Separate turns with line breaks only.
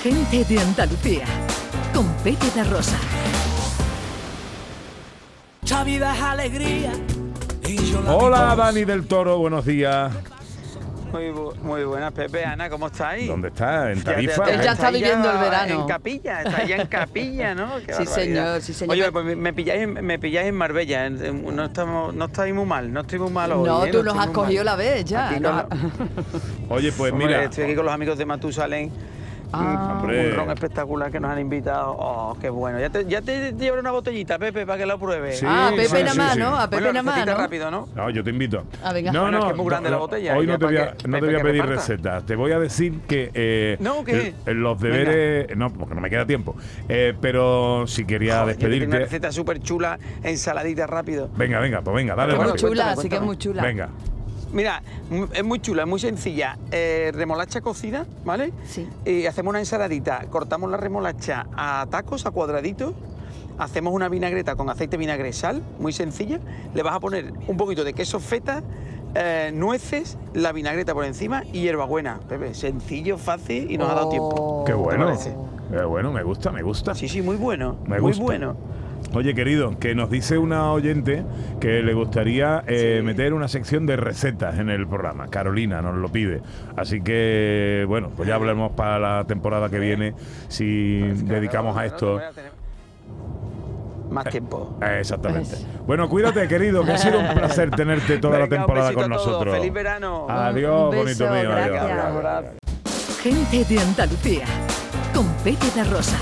gente de Andalucía, con Pepe da Rosa.
Esta vida es alegría. y yo la
Hola
vivo.
Dani del Toro, buenos días.
Muy, bu- muy buenas, Pepe, Ana, ¿cómo estáis?
¿Dónde está? ¿En
Ya-
Tarifa?
ya-
Él ya está
estáis
viviendo el verano.
En capilla, está ya en capilla, ¿no? Qué
Sí,
barbaridad.
señor, sí, señor.
Oye, pues me- me pilláis, en- me pilláis en Marbella, en- en- no, estamos, no estáis muy mal, no estoy muy mal hoy.
No,
¿eh?
tú nos
estoy
has
muy
cogido
mal.
la vez ya.
Aquí
¿no?
no-
Oye, pues
Hombre,
mira,
estoy aquí con los amigos de Matusalén.
Ah.
Mm,
Hombre.
Un ron espectacular que nos han invitado. Oh, qué bueno. Ya te, ya te llevaré una botellita, Pepe, para que la pruebes.
Sí,
Ah, a Pepe
sí,
nada
sí,
más,
sí.
¿no? A Pepe
Bueno,
nada más,
recetita
¿no?
rápido, ¿no?
no, yo te invito.
Ah, venga.
No, no,
Bueno, es que es muy grande la botella,
Hoy
ya
no te
para
voy a,
que-
no te
Pepe,
voy a
que
pedir
reparta.
recetas, te voy a decir que eh,
No, ¿qué?
eh, los
Venga.
deberes, no, porque no me queda tiempo, eh, pero si quería
Joder, yo te tengo Una
despedirte...
receta súper chula, ensaladita rápido.
Venga, venga, pues venga, dale
Es muy
Bueno,
rápido.
chula,
cuéntame,
sí que es muy chula.
Venga.
Mira, mu- es muy chula, es muy sencilla. Eh, remolacha cocida, ¿vale?
Sí.
Y hacemos una ensaladita, cortamos la remolacha a tacos, a cuadraditos. Hacemos una vinagreta con aceite, vinagre, sal, muy sencilla. Le vas a poner un poquito de queso feta, eh, nueces, la vinagreta por encima y hierbabuena. Pepe, sencillo, fácil y nos ha dado
Oh.
tiempo.
Qué
¿Te
bueno.
parece?
Qué bueno, me gusta, me gusta.
Sí, sí, muy bueno.
Me
muy
gusta.
bueno.
Oye, querido, que nos dice una oyente que le gustaría eh,
Sí.
meter una sección de recetas en el programa. Carolina nos lo pide. Así que, bueno, pues ya hablaremos para la temporada que viene si dedicamos a esto.
Más tiempo.
Eh, Exactamente. Bueno, cuídate, querido, que ha sido un placer tenerte toda la
Venga, un
temporada
besito
con
a todos.
nosotros.
Feliz verano.
Adiós,
Un beso,
bonito mío. adiós,
gracias.
adiós, adiós.
Gente de Andalucía, con Pepe da Rosa.